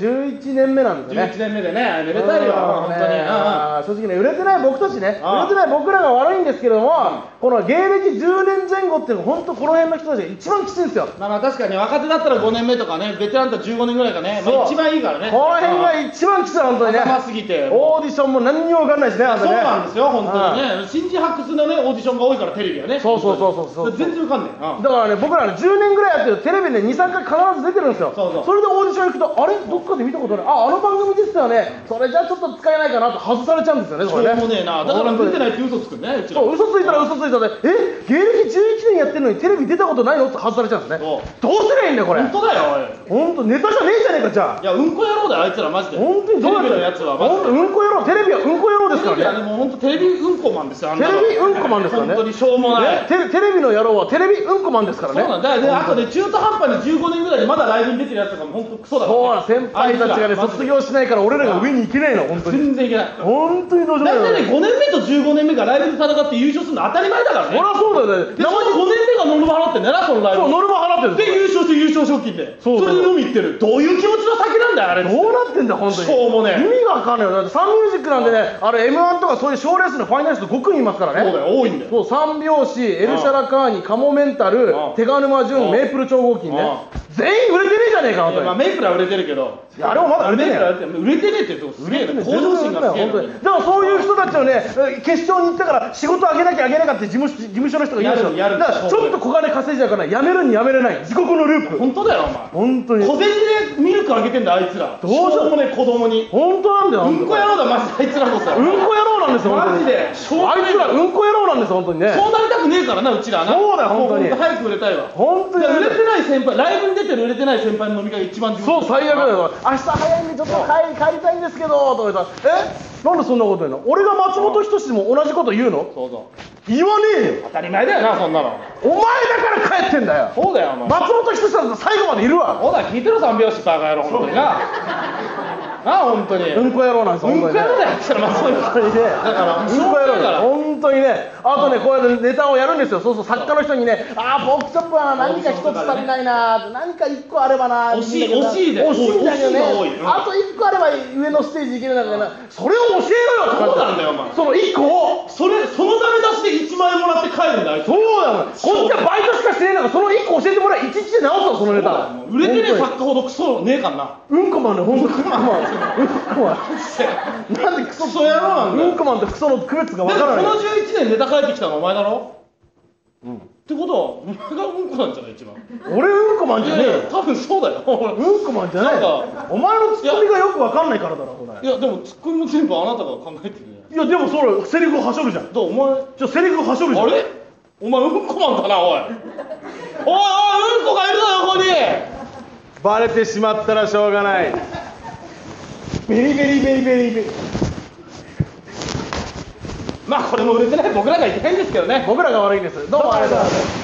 年目なんでね11年目でねめでたいようん本当にねうん正直ね売れてない僕たちねう売れんてない僕らが悪いんですけれどもこの芸歴10年前後っていうのは本当この辺の人たちが一番きついんですよまあまあ確かに若手だったら5年目とかねベテランだったら15年ぐらいがね、まあ、そう一番いいからねこの辺が一番きつい本当にね頭すぎてオーディションも何にも分かんないしねあとそうねなんですよ本当うんにね新人発掘のねオーディションが多いからテレビはねそうそうそうそうそう本当に全然わかんないうんだからね僕らね10年ぐらいやってるテレビで23回必ず出てるんですよそうそうれでオーディション行くとあれどっかで見たことないああの番組ですよねそれじゃちょっと使えないかなと外されちゃうんですよねしこょうれねもねえなだから出てないいって嘘つくねうちらそう嘘ついたら嘘ついたでえ芸歴11年やってるのにテレビ出たことないのって外されちゃうんですねそどううすりゃいいんだよこれ本当だよ本当ネタじゃねえじゃねえかじゃあおいいやうんこ野郎だよあいつらマジで本当にどうテレビのやつはマジ本当うんこ野郎テレビはうんこ野郎ですでテレかビらはねねもう本当テレビうんこマンですよあんテなのレビうんこマンですからね本当にしょうもない、ねテレテレビの野郎はテレビうんこマンですからねそうなんだよね、あとね、中途半端に15年ぐらいでまだライブに出てるやつとかも本当クソだかそうらなん先輩たちがねあいつらマジ卒で業しないから俺らが上に行けないの本当に全然いけない本当にどうしようもない大よ体ね5年目と15年目がライブで戦って優勝するの当たり前だからそりねゃそうだよねでその5年目がノルマ払ってんだよなそのライブそうノルマ払ってるんでですよ優勝して優勝賞金でそうそうれで飲み行ってるどういう気持ちの先なんだよあれどうなってんだよ本当にしょうもねえ意味がわかんないよだってサンミュージックなんでねあれ m 1とかそういう賞レースのファイナリスト5組いますからねそうだよ多いんだよそう三拍子エルシャラカーニカモメンタルうん手賀沼うん潤メープル超合金ねう全員売れてねえじゃねえか本いや当まあにメイプルは売れてるけどいやあれもまだ売れてねえよメイプルは売れてねえってとこすげえな向上心がすげ本えな当にだからそういう人たちをね決勝に行ったから仕事あげなきゃあげなきゃって事務所事務所の人が言うんですよやるやるだからちょっと小金稼いじゃうからやめるにやめれない地獄のループ本当だよお本前当に小銭でミルクあげてんだよあいつらどうしようしょもねえ子供に本当なんだよう本当んこ野郎だマジであいつらこそうんこ野郎なんですよ、マジで本当にあいつらうんこ野郎なんですよ、本当にね。そうなりたくねえからなうちらなそうだよも本当にも早く売れたいわ本当いにや売れてない先輩ライブに出てる売れてない先輩の飲み会が一番自分そう、最悪だよ、明日早いんで、ちょっと帰帰りたいんですけど、とか言ったら、えなんでそんなこと言うの俺が松本人志でも同じこと言うのそうそう言わねえよ。当たり前だよなそんなのお前だから帰ってんだよ。そうだよお前松本人志さんと最後までいるわ。そうだ聞いてろ三拍子バカ野郎本当にななあ本当にううんこ野郎なんですよ、んこ野郎本当にねだよあいつらまあそういう本当にね、だからうんこやろうしょうがないからよ本当にね、あとね、こうやってネタをやるんですよ、そうそう、作家の人にね、あー、ポークチョップは何か一つ足りないな、何か一個あればな、惜しいみんな惜しいで惜しいんだけどね惜しいの多いうん、あと一個あれば上のステージいけるんだけどな、それを教えろよそうなんだよお前その一個を、それそのダメ出しで1万円もらって帰るんだあいつそうだよ、こっちはバイトしかしてねえんだから、その一個教えてもらえ、一日で直すわ、そのネタ。売れてねえ本当に作家ほどクソねえからなうんこマンね、本当クソマン。うんこマン。なんでクソクソ野郎なんだようんこマンとクソの区別がだわかってらこない。の11年ネタ帰ってきたのお前だろうんってことはお前がうんこなんじゃない一番俺うんこマンいじゃやねえいよや。多分そうだよ俺うんこマンじゃないなんお前のツッコミがよくわかんないからだろそれいやでもツッコミも全部あなたが考えてるじゃないいやでもそれセリフをはしょるじゃんだからお前じゃあセリフをはしょるじゃあんれお前うんこマンだなおいおいおいうんこがいるだろここにバレてしまったらしょうがないベリベリベリベリベリまあこれも売れてない僕らがいけないんですけどね僕らが悪いんですどうもありがとうございます